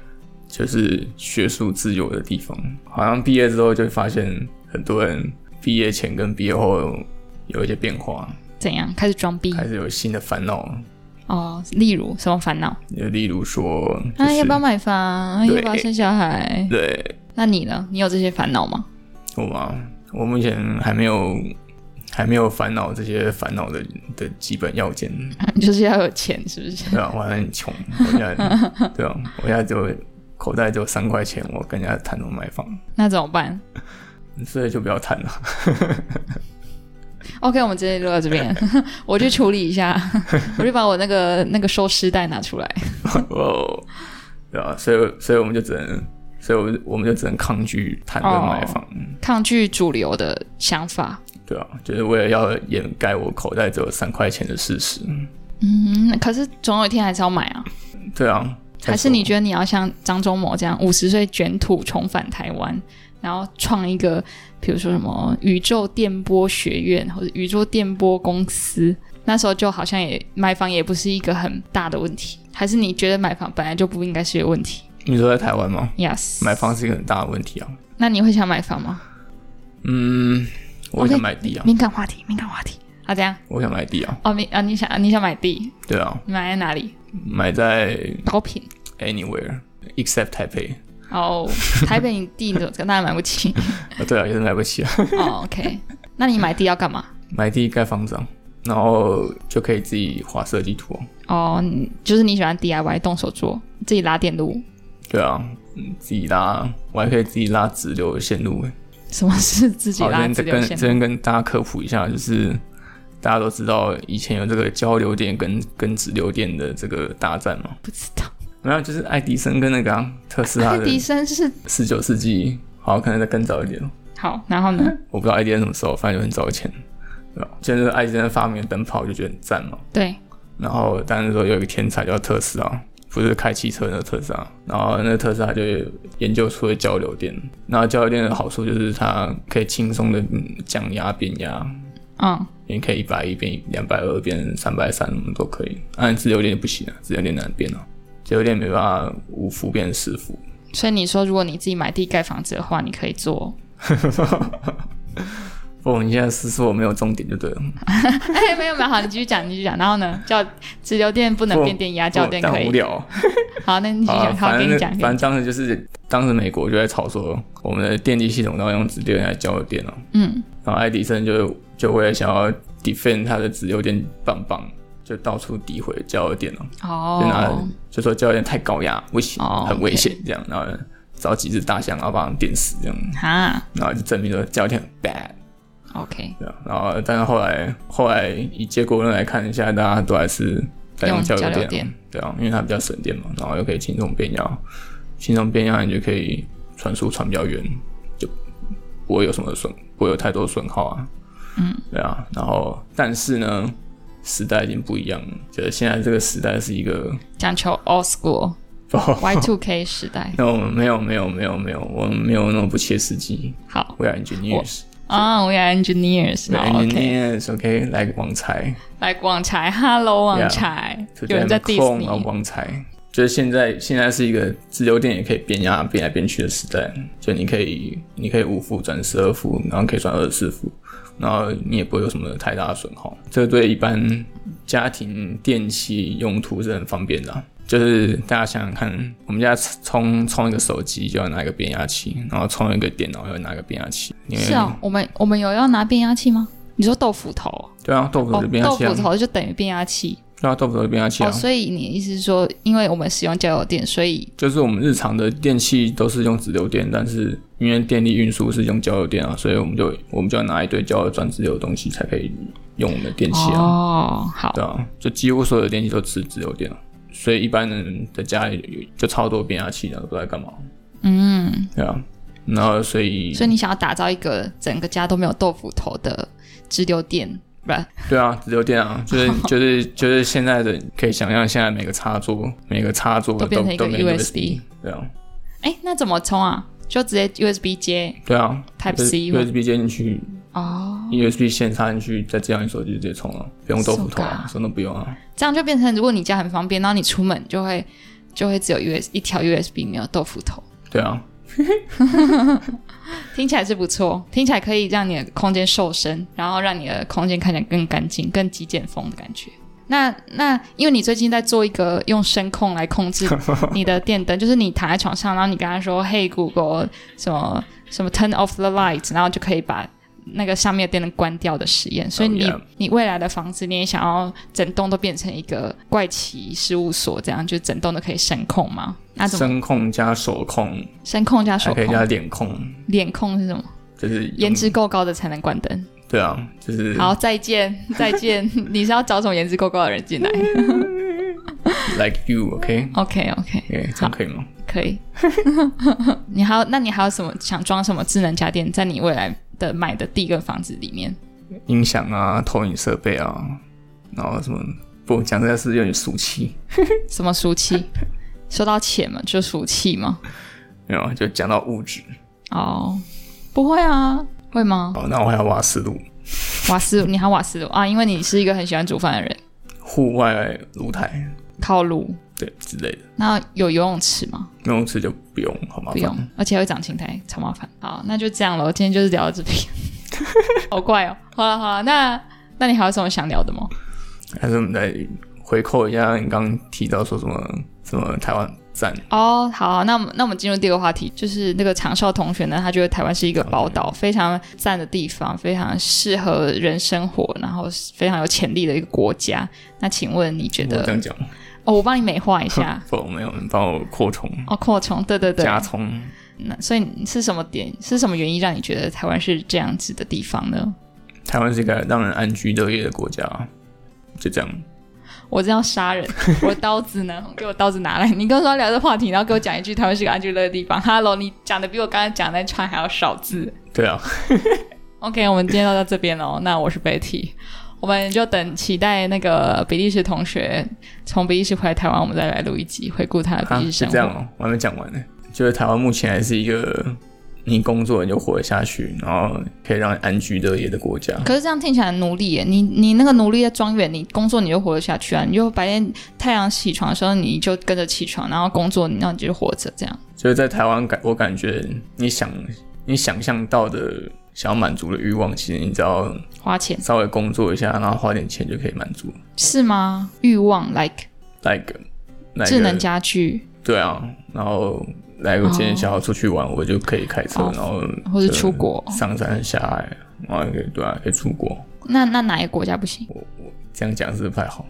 Speaker 2: 就是学术自由的地方。好像毕业之后就会发现，很多人毕业前跟毕业后有一些变化，
Speaker 1: 怎样？开始装逼
Speaker 2: 开始有新的烦恼。
Speaker 1: 哦？例如什么烦恼？
Speaker 2: 就例如说，就
Speaker 1: 啊，
Speaker 2: 是、
Speaker 1: 要不要买房？啊，要
Speaker 2: 对
Speaker 1: 不要生小孩？
Speaker 2: 对
Speaker 1: 那你呢？你有这些烦恼吗？ [laughs]
Speaker 2: 我嘛，我目前还没有还没有烦恼这些烦恼的的基本要件。
Speaker 1: 就是要有钱，是不是？
Speaker 2: 对啊，我还很穷，我
Speaker 1: [laughs]
Speaker 2: 现在对啊，我现在就口袋只有三块钱，我跟人家谈怎么买房，
Speaker 1: 那怎么办
Speaker 2: 所以就不要谈了。
Speaker 1: ？OK，我们直接录到这边， [laughs] 我去处理一下， [laughs] 我就把我那个那个收尸袋拿出来。
Speaker 2: 哦，对啊，所以所以我们就只能，所以我们我们就只能抗拒谈论买房，
Speaker 1: 哦抗拒主流的想法。
Speaker 2: 对啊，就是为了要掩盖我口袋只有三块钱的事实，
Speaker 1: 嗯，可是总有一天还是要买啊。
Speaker 2: 对啊，
Speaker 1: 还是你觉得你要像张忠谋这样五十岁卷土重返台湾，然后创一个，比如说什么宇宙电波学院或者宇宙电波公司，那时候就好像也买房也不是一个很大的问题。还是你觉得买房本来就不应该是一个问题
Speaker 2: 你说在台湾吗？
Speaker 1: ？Yes，
Speaker 2: 买房是一个很大的问题啊，
Speaker 1: 那你会想买房吗？
Speaker 2: 嗯，我
Speaker 1: OK，
Speaker 2: 想买地啊，
Speaker 1: 敏感话题，敏感话题。啊，怎样？
Speaker 2: 我想买地啊，
Speaker 1: 哦，你啊，你想啊你想买地，
Speaker 2: 对啊，
Speaker 1: 你买在哪里？
Speaker 2: 买在
Speaker 1: 高品。
Speaker 2: anywhere except 台北，
Speaker 1: 哦，台北你地都 [laughs] 当然买不起。
Speaker 2: 啊对啊，也是买不起啊，
Speaker 1: 哦，OK，那你买地要干嘛？
Speaker 2: 买地盖房子、啊，然后就可以自己画设计图啊、
Speaker 1: 哦，你就是你喜欢 DIY 动手做，自己拉电路，
Speaker 2: 对啊，嗯自己拉，我还可以自己拉直流的线路欸。
Speaker 1: 什么是自己
Speaker 2: 好，这
Speaker 1: 拉
Speaker 2: 边
Speaker 1: 直
Speaker 2: 再
Speaker 1: 流
Speaker 2: 跟
Speaker 1: 线
Speaker 2: 这边跟大家科普一下，就是大家都知道以前有这个交流电跟跟直流电的这个大战嘛，
Speaker 1: 不知道。
Speaker 2: 没有，就是爱迪生跟那个啊、特斯拉
Speaker 1: [laughs] 爱
Speaker 2: 的
Speaker 1: 迪生就是
Speaker 2: 十九世纪，好，可能再更早一点，
Speaker 1: 好，然后
Speaker 2: [laughs]
Speaker 1: 呢？
Speaker 2: 我不知道爱迪生什么时候，反正就很早以前，对吧？啊现在就是爱迪生发明的灯泡，我就觉得很赞嘛。
Speaker 1: 对，
Speaker 2: 然后但是说有一个天才叫特斯拉，不是开汽车的特斯拉，然后那个特斯拉就研究出了交流电，那交流电的好处就是它可以轻松的降压变压，
Speaker 1: 嗯，
Speaker 2: 你可以一百一变两百二变三百三，什么都可以。按自由电不行啊，自由电难变啊，自由电没办法五伏变十伏，
Speaker 1: 所以你说如果你自己买地盖房子的话，你可以做。 [laughs]
Speaker 2: 不，你现在是说我没有重点就对了。
Speaker 1: 哎，没有没有，好，你继续讲，你继续讲。然后呢？叫直流电不能变电压，叫
Speaker 2: 不
Speaker 1: 电
Speaker 2: 但
Speaker 1: 可
Speaker 2: 无
Speaker 1: 以。
Speaker 2: 聊哦。
Speaker 1: 好，那你继续
Speaker 2: 啊，
Speaker 1: 讲， [laughs] 好，
Speaker 2: 反
Speaker 1: 给
Speaker 2: 正
Speaker 1: 你讲，给
Speaker 2: 反
Speaker 1: 你
Speaker 2: 正当时就是当时美国就在吵说，我们的电力系统都要用直流电来交流电了、
Speaker 1: 嗯，
Speaker 2: 然后爱迪生就就为了想要 defend 他的直流电棒棒，就到处诋毁交流电了、就拿
Speaker 1: 哦，
Speaker 2: 就说交流电太高压，危险，
Speaker 1: 哦
Speaker 2: 很危险，这样，然后找几只大象，然后把它们电死，这样，
Speaker 1: 哈
Speaker 2: 然后就证明说交流电很 bad，
Speaker 1: ，OK，
Speaker 2: 对吧？啊然后但是后来后来以结果论来看，现在大家都还是在用
Speaker 1: 用
Speaker 2: 交
Speaker 1: 交
Speaker 2: 流电
Speaker 1: 流
Speaker 2: 啊，
Speaker 1: 电
Speaker 2: 对啊，因为它比较省电嘛，然后又可以轻松变压，轻松变压你就可以传输传比较远，就不会有什么损，不会有太多损耗啊。嗯，对啊。然后但是呢，时代已经不一样了，就是现在这个时代是一个 [laughs]
Speaker 1: 讲求 old school Y two K 时
Speaker 2: [laughs]
Speaker 1: 代。
Speaker 2: 哦那我们没有没有没有没有，我们没有那么不切实际。
Speaker 1: 好
Speaker 2: We are engineers,
Speaker 1: 啊，We are engineers，
Speaker 2: we
Speaker 1: 好
Speaker 2: are
Speaker 1: ，OK。
Speaker 2: engineers, OK，来网财。
Speaker 1: 来广柴，Hello 网
Speaker 2: Yeah，
Speaker 1: 柴
Speaker 2: To
Speaker 1: 有人
Speaker 2: them
Speaker 1: 在 diss
Speaker 2: clone
Speaker 1: 你
Speaker 2: 啊，旺财。就是现在，现在是一个自由电也可以变压变来变去的时代。就你可以，你可以五伏转十二伏，然后可以转二十四伏，然后你也不会有什么太大的损耗。这对一般家庭电器用途是很方便的啊、就是大家想想看，我们家充充一个手机就要拿一个变压器，然后充一个电脑要拿一个变压器。因为
Speaker 1: 是哦，我们我们有要拿变压器吗？你说豆腐头哦，
Speaker 2: 对啊，豆腐头的变压
Speaker 1: 豆
Speaker 2: 器啊
Speaker 1: 腐，头就等于变压器
Speaker 2: 对啊，豆腐头的变压器啊。
Speaker 1: 哦，所以你意思是说，因为我们使用交流电，所以
Speaker 2: 就是我们日常的电器都是用直流电，但是因为电力运输是用交流电啊，所以我们就我们就要拿一堆交流转直流的东西才可以用我们的电器啊，
Speaker 1: 哦，好
Speaker 2: 对啊，就几乎所有的电器都吃直流电啊，所以一般人的家里就超多变压器的，都在干嘛？嗯，对啊，然后所以
Speaker 1: 所以你想要打造一个整个家都没有豆腐头的直流电不，
Speaker 2: 对啊，直流电啊，
Speaker 1: [laughs]
Speaker 2: 就是就是就是现在的可以想象，现在每个插座每个插座
Speaker 1: 都
Speaker 2: 都
Speaker 1: 变成一个
Speaker 2: 都变成
Speaker 1: USB
Speaker 2: 对啊，
Speaker 1: 哎，那怎么充啊？就直接 USB 接
Speaker 2: 对啊
Speaker 1: Type
Speaker 2: 就是
Speaker 1: C 吗
Speaker 2: USB 接进去
Speaker 1: 哦，
Speaker 2: ，USB 线插进去，再接上你手机就直接充了，不用豆腐头啊
Speaker 1: So-ga，
Speaker 2: 什么都不用啊。
Speaker 1: 这样就变成如果你家很方便，然后你出门就会就会只有 US 一条 USB 没有豆腐头，
Speaker 2: 对啊，
Speaker 1: 听起来是不错，听起来可以让你的空间瘦身，然后让你的空间看起来更干净、更极简风的感觉。那那，因为你最近在做一个用声控来控
Speaker 2: [laughs]
Speaker 1: 制你的电灯，就是你躺在床上，然后你跟他说 “Hey Google”，什么什么 “Turn off the light”，然后就可以把那个上面的电灯关掉的实验。所以你、
Speaker 2: Oh, yeah.
Speaker 1: 你未来的房子，你也想要整栋都变成一个怪奇事务所，这样就整栋都可以声控吗？那怎么
Speaker 2: 声控加手控，
Speaker 1: 声控加手
Speaker 2: 还可以
Speaker 1: 控？
Speaker 2: 加脸控，
Speaker 1: 脸控是什么？
Speaker 2: 就是
Speaker 1: 颜值够高的才能关灯。
Speaker 2: 对啊，就是
Speaker 1: 好，再见，再见。你是要找什么颜值够高的人进来
Speaker 2: like you，OK，
Speaker 1: ？OK OK，
Speaker 2: 哎，这样可以吗？
Speaker 1: 可以。 [laughs] 你还有，那你还有什么想装什么智能家电在你未来的买的第一个房子里面？
Speaker 2: 音响啊，投影设备啊，然后什么不讲这个是有点俗气，
Speaker 1: 什么俗气？收到钱嘛，就俗气嘛。
Speaker 2: 没有就讲到物质。
Speaker 1: 哦、不会啊，会吗？
Speaker 2: 哦，那我还要瓦斯炉，
Speaker 1: 瓦斯炉，你还有瓦斯炉啊？因为你是一个很喜欢煮饭的人，
Speaker 2: 户外炉台，
Speaker 1: 烤炉。
Speaker 2: 对之类的，
Speaker 1: 那有游泳池吗？
Speaker 2: 游泳池就不用，好麻
Speaker 1: 不用
Speaker 2: 烦。，
Speaker 1: 而且会长青苔，超麻烦。好，那就这样了，今天就是聊到这边， [laughs] 好怪哦。好了好了，那那你还有什么想聊的吗？
Speaker 2: 还是我们再回扣一下你刚刚提到说什么什么台湾站，
Speaker 1: 哦、好啊、那我们那我们进入第二个话题，就是那个长寿同学呢，他觉得台湾是一个宝岛，非常赞的地方，非常适合人生活，然后非常有潜力的一个国家。那请问你觉
Speaker 2: 我这
Speaker 1: 得？
Speaker 2: 样讲，。
Speaker 1: 哦，我帮你美化一下 [laughs]
Speaker 2: [laughs] 不，没有，你帮我扩充
Speaker 1: 哦，扩充，对对对，
Speaker 2: 加充。
Speaker 1: 那所以你是什么点，是什么原因让你觉得台湾是这样子的地方呢？
Speaker 2: 台湾是一个让人安居乐业的国家，就这样。
Speaker 1: 我真要杀
Speaker 2: [laughs]
Speaker 1: 人！我的刀子呢？给我刀子拿来！你跟我说聊这话题，然后给我讲一句台湾是个安居乐的地方。Hello，你讲的比我刚才讲的那串还要少字。
Speaker 2: 对啊，
Speaker 1: OK，我们今天就到这边喽。那我是 Betty，我们就等期待那个比利时同学从比利时回来台湾，我们再来录一集回顾他的
Speaker 2: 啊
Speaker 1: 比利时
Speaker 2: 是
Speaker 1: 生
Speaker 2: 这
Speaker 1: 活。
Speaker 2: 样哦、我还没讲完呢。就是台湾目前还是一个你工作你就活得下去，然后可以让你安居乐业的国家。
Speaker 1: 可是这样听起来很奴隶耶！你你那个奴隶在庄园，你工作你就活得下去啊！你就白天太阳起床的时候你就跟着起床，然后工作，然后你就活着这样。
Speaker 2: 就是在台湾感，我感觉你想你想象到的想要满足的欲望，其实你只要
Speaker 1: 花钱
Speaker 2: 稍微工作一下，然后花点钱就可以满足。
Speaker 1: 是吗？欲望，like
Speaker 2: 来个来
Speaker 1: 智能
Speaker 2: 个，
Speaker 1: 家居
Speaker 2: 对啊，
Speaker 1: 嗯
Speaker 2: 然后来个今天想要出去玩，我就可以开车，
Speaker 1: 哦
Speaker 2: 然后
Speaker 1: 或是出国，
Speaker 2: 上山下海，然后也可以对啊，可以出国。
Speaker 1: 那那哪一个国家不行？
Speaker 2: 这样讲是不是不太好，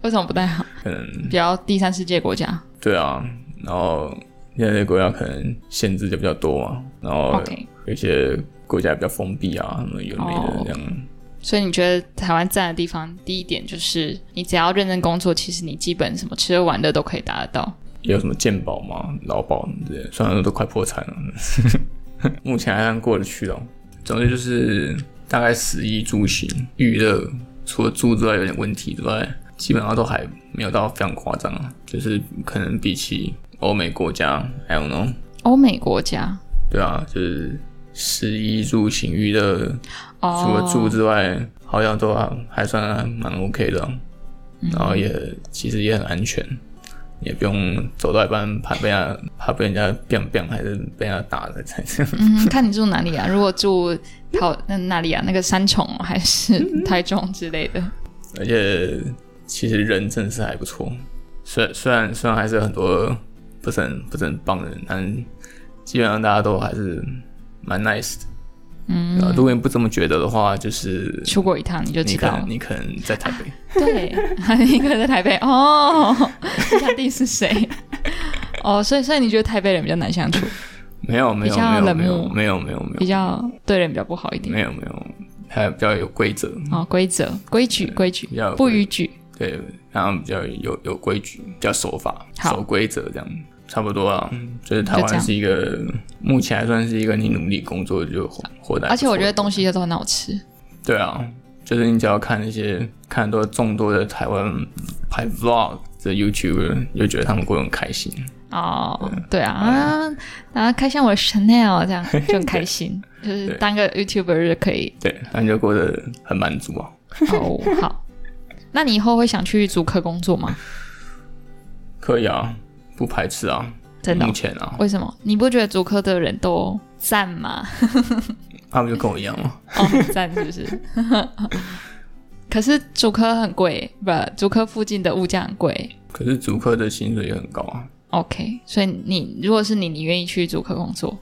Speaker 1: 为什么不太好？
Speaker 2: 可能
Speaker 1: 比较第三世界国家。
Speaker 2: 对啊，
Speaker 1: 嗯
Speaker 2: 然后现在这个国家可能限制就比较多嘛，然后
Speaker 1: OK，
Speaker 2: 有些国家比较封闭啊，什么有的没
Speaker 1: 哦
Speaker 2: 的这样。
Speaker 1: 所以你觉得台湾赞的地方，第一点就是你只要认真工作，其实你基本什么吃喝玩乐都可以达得到。
Speaker 2: 也有什么健保嘛、劳保之类的，虽然说都快破产了， [laughs] 目前还算过得去了。总之就是大概食衣住行、娱乐，除了住之外有点问题之外，基本上都还没有到非常夸张啊，就是可能比起欧美国家还有呢，
Speaker 1: 欧美国家
Speaker 2: 对啊，就是食衣住行、娱乐，除
Speaker 1: 哦
Speaker 2: 了，住之外，好像都还还算蛮 OK 的啊，
Speaker 1: 嗯
Speaker 2: 然后也其实也很安全，也不用走到一半怕被人家怕被人家 biang biang 还是被人家打的才这样。
Speaker 1: 嗯，看你住哪里啊？如果住桃那哪里啊？那个三重还是台中之类
Speaker 2: [laughs]
Speaker 1: 的？
Speaker 2: [laughs] 而且其实人真的是还不错，虽虽然虽然还是有很多不是很不是很棒的人，但基本上大家都还是蛮 nice 的。嗯、如果你不这么觉得的话，就是
Speaker 1: 出国一趟你就
Speaker 2: 你
Speaker 1: 知
Speaker 2: 可
Speaker 1: 道了
Speaker 2: 能。你可能在台北。
Speaker 1: 对， [laughs] 一个人在台北哦， [laughs] 你想定是谁？哦，所以所以你觉得台北人比较难相处，
Speaker 2: 没有没有
Speaker 1: 比较
Speaker 2: 没有
Speaker 1: 冷
Speaker 2: 没有
Speaker 1: 漠
Speaker 2: 没有没有没有
Speaker 1: 比较对人比较不好一点
Speaker 2: 没。有没有，还比较有规则，
Speaker 1: 哦，规则、规矩、规矩
Speaker 2: 比较有
Speaker 1: 不
Speaker 2: 规
Speaker 1: 逾矩。
Speaker 2: 对，然后比较有有规矩，比较守法，
Speaker 1: 好
Speaker 2: 守规则这样，差不多啊。就是台
Speaker 1: 就这
Speaker 2: 湾
Speaker 1: 样
Speaker 2: 是一个目前还算是一个你努力工作就活活得还不错的，
Speaker 1: 而且我觉得东西都很好吃，
Speaker 2: 对啊，就是你只要看一些看很多众多的台湾拍 vlog 的 YouTuber，就觉得他们过得很开心。
Speaker 1: 哦，对啊，啊，然后开箱我的 Chanel
Speaker 2: [laughs]
Speaker 1: 这样就很开心，就是
Speaker 2: 对
Speaker 1: 当个 YouTuber 就可以。
Speaker 2: 对，他们就过得很满足啊。 [laughs]
Speaker 1: 哦，好，那你以后会想去足科工作吗？
Speaker 2: 可以啊，不排斥啊。
Speaker 1: 真的哦、
Speaker 2: 目前啊，
Speaker 1: 为什么？你不觉得足科的人都赞吗？
Speaker 2: 他不就跟我一样啊吗？
Speaker 1: 哦，很赞是不
Speaker 2: [laughs]
Speaker 1: 是？可是主科很贵，不，主科附近的物价很贵。
Speaker 2: 可是主科的薪水也很高啊。
Speaker 1: OK，所以你如果是你，你愿意去主科工作，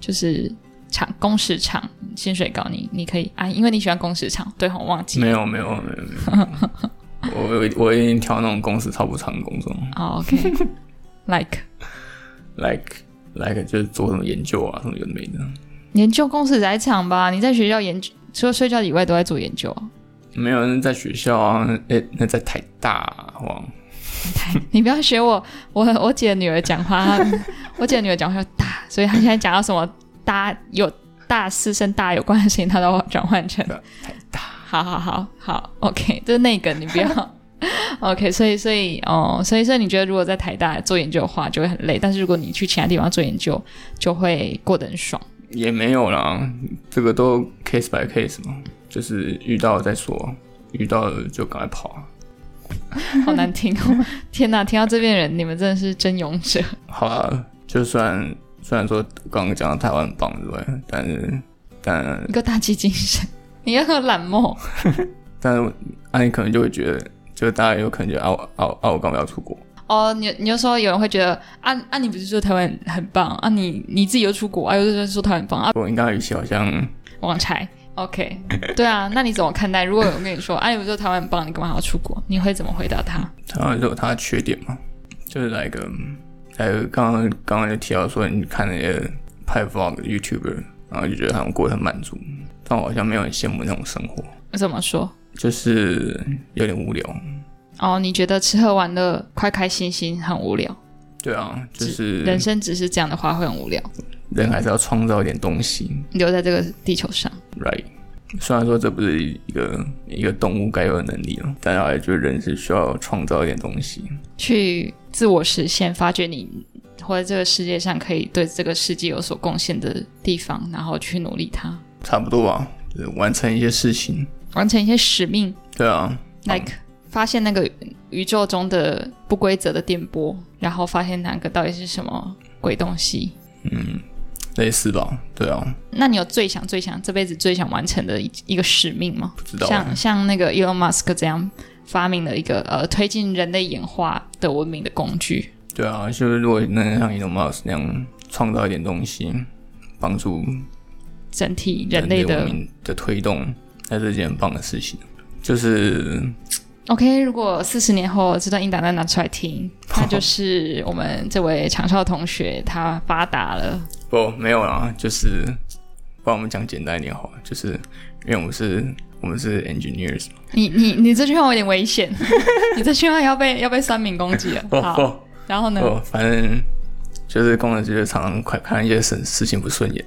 Speaker 1: 就是厂工时长，薪水高，你你可以啊，因为你喜欢工时长，对吼，我忘记了。
Speaker 2: 没有没有没有没有，我我我已经挑那种公司超不长的工作
Speaker 1: 哦，OK，like、
Speaker 2: ，like like 就是做什么研究啊，什么有的没的。
Speaker 1: 研究工时宅场吧，你在学校研究，除了睡觉以外都在做研究啊。
Speaker 2: 没有人在学校啊，那那在台大啊哇，
Speaker 1: [laughs] 你不要学我，我我姐的女儿讲话，她 [laughs] 我姐的女儿讲话大，所以她现在讲到什么大有大师生大有关的事情，她都转换成
Speaker 2: 对
Speaker 1: 大。好好好好，OK，就是那个你不要 [laughs] OK，所以所以哦，所以所以你觉得如果在台大做研究的话就会很累，但是如果你去其他地方做研究，就会过得很爽。
Speaker 2: 也没有啦，这个都 case by case 嘛，就是遇到再说，遇到了就赶快跑啊。
Speaker 1: 好难听哦！天哪，听到这边的人，你们真的是真勇者。
Speaker 2: 好啦，就算虽然说刚刚讲到台湾很棒之外，但是但
Speaker 1: 一个大气精神，你要很懒惰。
Speaker 2: 但是啊，你可能就会觉得，就大家有可能觉得啊我啊我啊我干嘛要出国？
Speaker 1: 哦，你你就说有人会觉得啊啊，你不是说台湾很棒啊你？你自己又出国啊，又是说台湾很棒啊？
Speaker 2: 我应该语气好像
Speaker 1: 网柴，OK，对啊，那你怎么看待？如果有人跟你说啊，你不是说台湾很棒，你干嘛要出国？你会怎么回答他？
Speaker 2: 台湾就有它的缺点嘛，就是来个来个刚刚刚刚就提到说，你看那些拍 vlog 的 YouTuber，然后就觉得他们过得很满足，但我好像没有很羡慕那种生活，
Speaker 1: 怎么说？
Speaker 2: 就是有点无聊。
Speaker 1: 哦，你觉得吃喝玩乐、快开心心很无聊，
Speaker 2: 对啊，就是
Speaker 1: 人生只是这样的话会很无聊，
Speaker 2: 人还是要创造一点东西
Speaker 1: 留在这个地球上。
Speaker 2: ，right？虽然说这不是一个一个动物该有的能力了，但还觉得人是需要创造一点东西。
Speaker 1: 去自我实现，发掘你活在这个世界上可以对这个世界有所贡献的地方，然后去努力它，
Speaker 2: 差不多吧，就是完成一些事情。
Speaker 1: 完成一些使命
Speaker 2: 对啊，
Speaker 1: ，like 发现那个宇宙中的不规则的电波，然后发现那个到底是什么鬼东西。
Speaker 2: 嗯，类似吧。对啊，
Speaker 1: 那你有最想、最想这辈子最想完成的一一个使命吗？
Speaker 2: 不知道啊
Speaker 1: 像像那个 Elon Musk 这样发明了一个呃推进人类演化的文明的工具，
Speaker 2: 对啊，就是如果能像 Elon Musk 那样创造一点东西，帮助
Speaker 1: 整体人
Speaker 2: 人
Speaker 1: 类
Speaker 2: 类
Speaker 1: 的
Speaker 2: 文明的推动，那是一件很棒的事情。就是，
Speaker 1: OK，如果四十年后这段音档再拿出来听，那就是我们这位长少同学他发达了。
Speaker 2: 不，没有啦，就是，不然我们讲简单一点好了，就是因为我们是，我们是 engineers 嘛。
Speaker 1: 你你你这句话有点危险， [laughs] 你这句话要被要被酸民攻击了。
Speaker 2: [laughs]
Speaker 1: 好，
Speaker 2: 哦
Speaker 1: 然后呢？
Speaker 2: 哦，反正就是工程师就常常快看一些事事情不顺眼。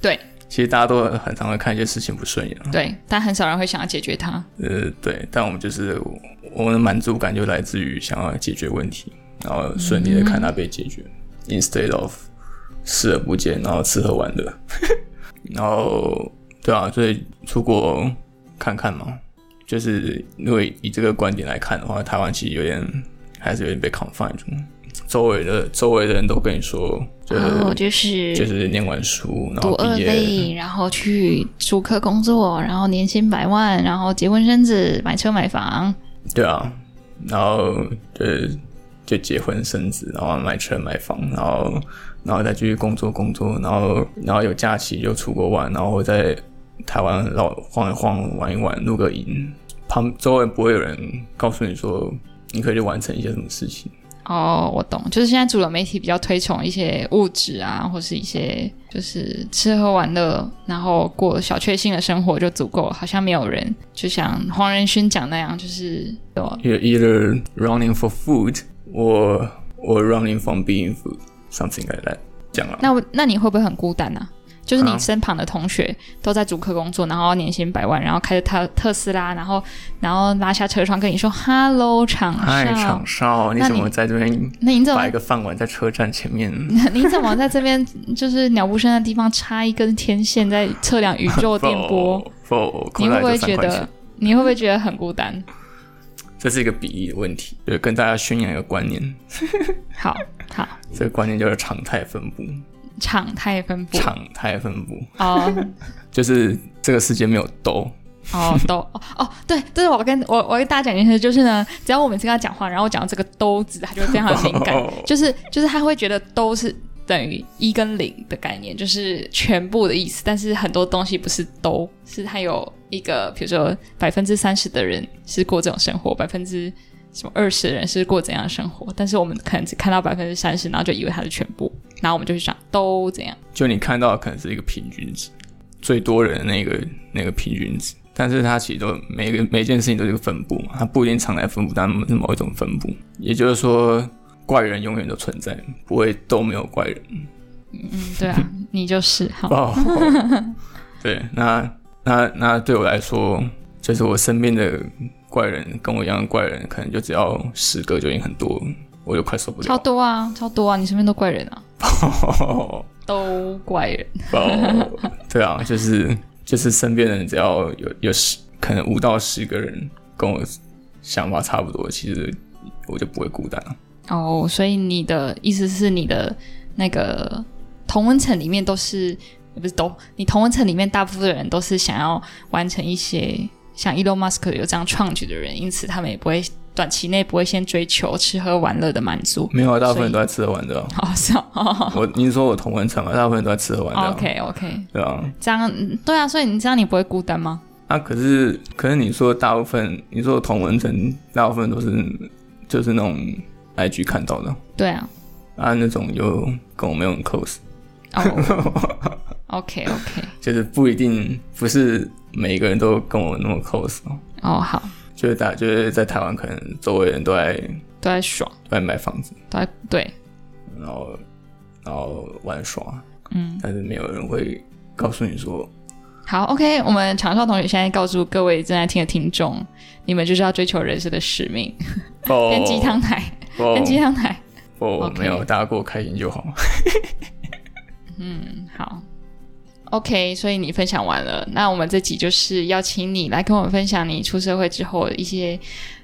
Speaker 1: 对
Speaker 2: 其实大家都很常会看一些事情不顺眼啊。
Speaker 1: 对，但很少人会想要解决它。
Speaker 2: 呃，对，但我们就是我们的满足感就来自于想要解决问题，然后顺利的看它被解决、i n s t e a d of 视而不见，然后吃喝玩乐， [laughs] 然后对啊，所以出国看看嘛，就是如果以这个观点来看的话，台湾其实有点还是有点被 confine 住，周围的周围的人都跟你说，就是、
Speaker 1: 哦就是
Speaker 2: 就是念完书，然后毕业，，
Speaker 1: 然后去主科工作，然后年薪百万，然后结婚生子，买车买房。
Speaker 2: 对啊，然后就是就结婚生子，然后买车买房，然后然后再继续工作工作，然后然后有假期就出国玩，然后在台湾老晃一晃玩一玩，露个营，旁周围不会有人告诉你说你可以去完成一些什么事情。
Speaker 1: 哦，我懂，就是现在主流媒体比较推崇一些物质啊，或是一些就是吃喝玩乐，然后过小确幸的生活就足够了，好像没有人就像黄仁勋讲那样，就是有
Speaker 2: You're either running for food or or running from being food, something like that。讲了，
Speaker 1: 那我那你会不会很孤单呢、啊？就是你
Speaker 2: 啊
Speaker 1: 身旁的同学都在主科工作，然后年薪百万，然后开着特特斯拉，然后然后拉下车窗跟你说 “hello 厂
Speaker 2: 嗨，
Speaker 1: 商
Speaker 2: 场少，你
Speaker 1: 那
Speaker 2: 怎
Speaker 1: 你啊
Speaker 2: 么在这边”，
Speaker 1: 那你怎么
Speaker 2: 摆一个饭碗在车站前面？
Speaker 1: [laughs] 你怎么在这边就是鸟不生的地方插一根天线在测量宇
Speaker 2: [laughs]
Speaker 1: 宙电波？
Speaker 2: 否，
Speaker 1: 你会不会觉
Speaker 2: 三块钱
Speaker 1: 得？你会不会觉得很孤单？
Speaker 2: 这是一个比例的问题？对，跟大家宣扬一个观念，
Speaker 1: 好好，
Speaker 2: 这个观念叫做常态分布。
Speaker 1: 常态分布
Speaker 2: 常态分布
Speaker 1: 哦
Speaker 2: 就是这个世界没有兜，
Speaker 1: 哦都哦哦对，这是我跟我我跟大家讲一件事，就是呢，只要我每次跟他讲话，然后我讲到这个“都”字，他就会非常敏感，
Speaker 2: 哦
Speaker 1: 就是就是他会觉得“都”是等于一跟零的概念，就是全部的意思。但是很多东西不是“都”，是他有一个，比如说百分之三十的人是过这种生活，百分之什么二十的人是过怎样的生活，但是我们可能只看到百分之三十，然后就以为它是全部，然后我们就去想“都”怎样。
Speaker 2: 就你看到的可能是一个平均值，最多人的那个那个平均值，但是它其实都每个每件事情都是一个分布嘛，它不一定常态分布，但是某一种分布，也就是说，怪人永远都存在，不会都没有怪人。
Speaker 1: 嗯，对啊，你就是好。[laughs]
Speaker 2: [laughs] 哦，对，那那那对我来说，就是我身边的怪人跟我一样的怪人，可能就只要十个就已经很多了，我就快受不
Speaker 1: 超
Speaker 2: 了。
Speaker 1: 多啊，超多啊！你身边都怪人啊，
Speaker 2: [laughs] 哦，
Speaker 1: 都怪人。
Speaker 2: 对啊，就是就是身边的人只要有有十，可能五到十个人跟我想法差不多，其实我就不会孤单了。
Speaker 1: 哦，所以你的意思是你的那个同温层里面都是，不是都？你同温层里面大部分的人都是想要完成一些像 Elon Musk 有这样创举的人，因此他们也不会短期内不会先追求吃喝玩乐的满足。
Speaker 2: 没有，啊，大部分人
Speaker 1: 所
Speaker 2: 都在吃喝玩乐啊。
Speaker 1: 哦，是哦。哦
Speaker 2: 我你是说我同文层嘛，大部分人都在吃喝玩乐啊。
Speaker 1: [laughs] OK OK，
Speaker 2: 对啊，
Speaker 1: 这样嗯对啊，所以你这样你不会孤单吗？
Speaker 2: 啊，可是可是你说大部分，你说同文层大部分都是就是那种 IG 看到的
Speaker 1: 对啊。
Speaker 2: 啊，那种就跟我没有很 close，
Speaker 1: 哦 [laughs] ，OK OK，
Speaker 2: 就是不一定不是每个人都跟我那么 close，哦
Speaker 1: 哦好，
Speaker 2: 就是大就是在台湾可能周围人都在
Speaker 1: 都在爽，
Speaker 2: 都在买房子，
Speaker 1: 都在对，
Speaker 2: 然后然后玩耍，
Speaker 1: 嗯。
Speaker 2: 但是没有人会告诉你说
Speaker 1: 好，OK，我们长少同学现在告诉各位正在听的听众，你们就是要追求人生的使命，
Speaker 2: 哦
Speaker 1: [laughs] 跟鸡汤奶，
Speaker 2: 哦
Speaker 1: 跟鸡汤奶。
Speaker 2: 哦
Speaker 1: OK
Speaker 2: 没有，大家过开心就好。
Speaker 1: 嗯，好，OK，所以你分享完了，那我们这集就是邀请你来跟我们分享你出社会之后的一些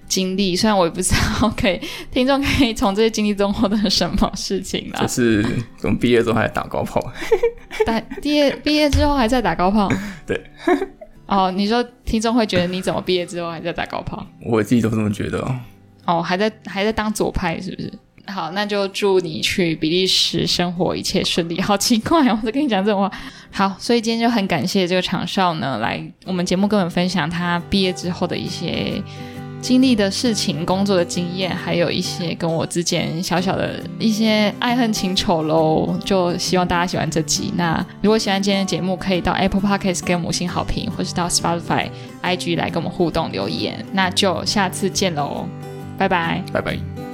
Speaker 1: 经历，虽然我也不知道可以听众可以从这些经历中获得什么事情啦
Speaker 2: [laughs] 就，是我们毕业之后还打高炮，
Speaker 1: 但毕业毕业之后还在打高炮，
Speaker 2: [laughs] 对。
Speaker 1: 哦，你说听众会觉得你怎么毕业之后还在打高炮？
Speaker 2: 我自己都这么觉得哦。
Speaker 1: 哦，还在还在当左派是不是？好，那就祝你去比利时生活一切顺利。好奇怪哦，我在跟你讲这种话。好，所以今天就很感谢这个场少呢，来我们节目跟我们分享他毕业之后的一些经历的事情、工作的经验，还有一些跟我之间小小的一些爱恨情仇喽。就希望大家喜欢这集。那如果喜欢今天的节目，可以到 Apple Podcast 给我们五星好评，或是到 Spotify、IG 来跟我们互动留言。那就下次见喽。拜拜。
Speaker 2: 拜拜。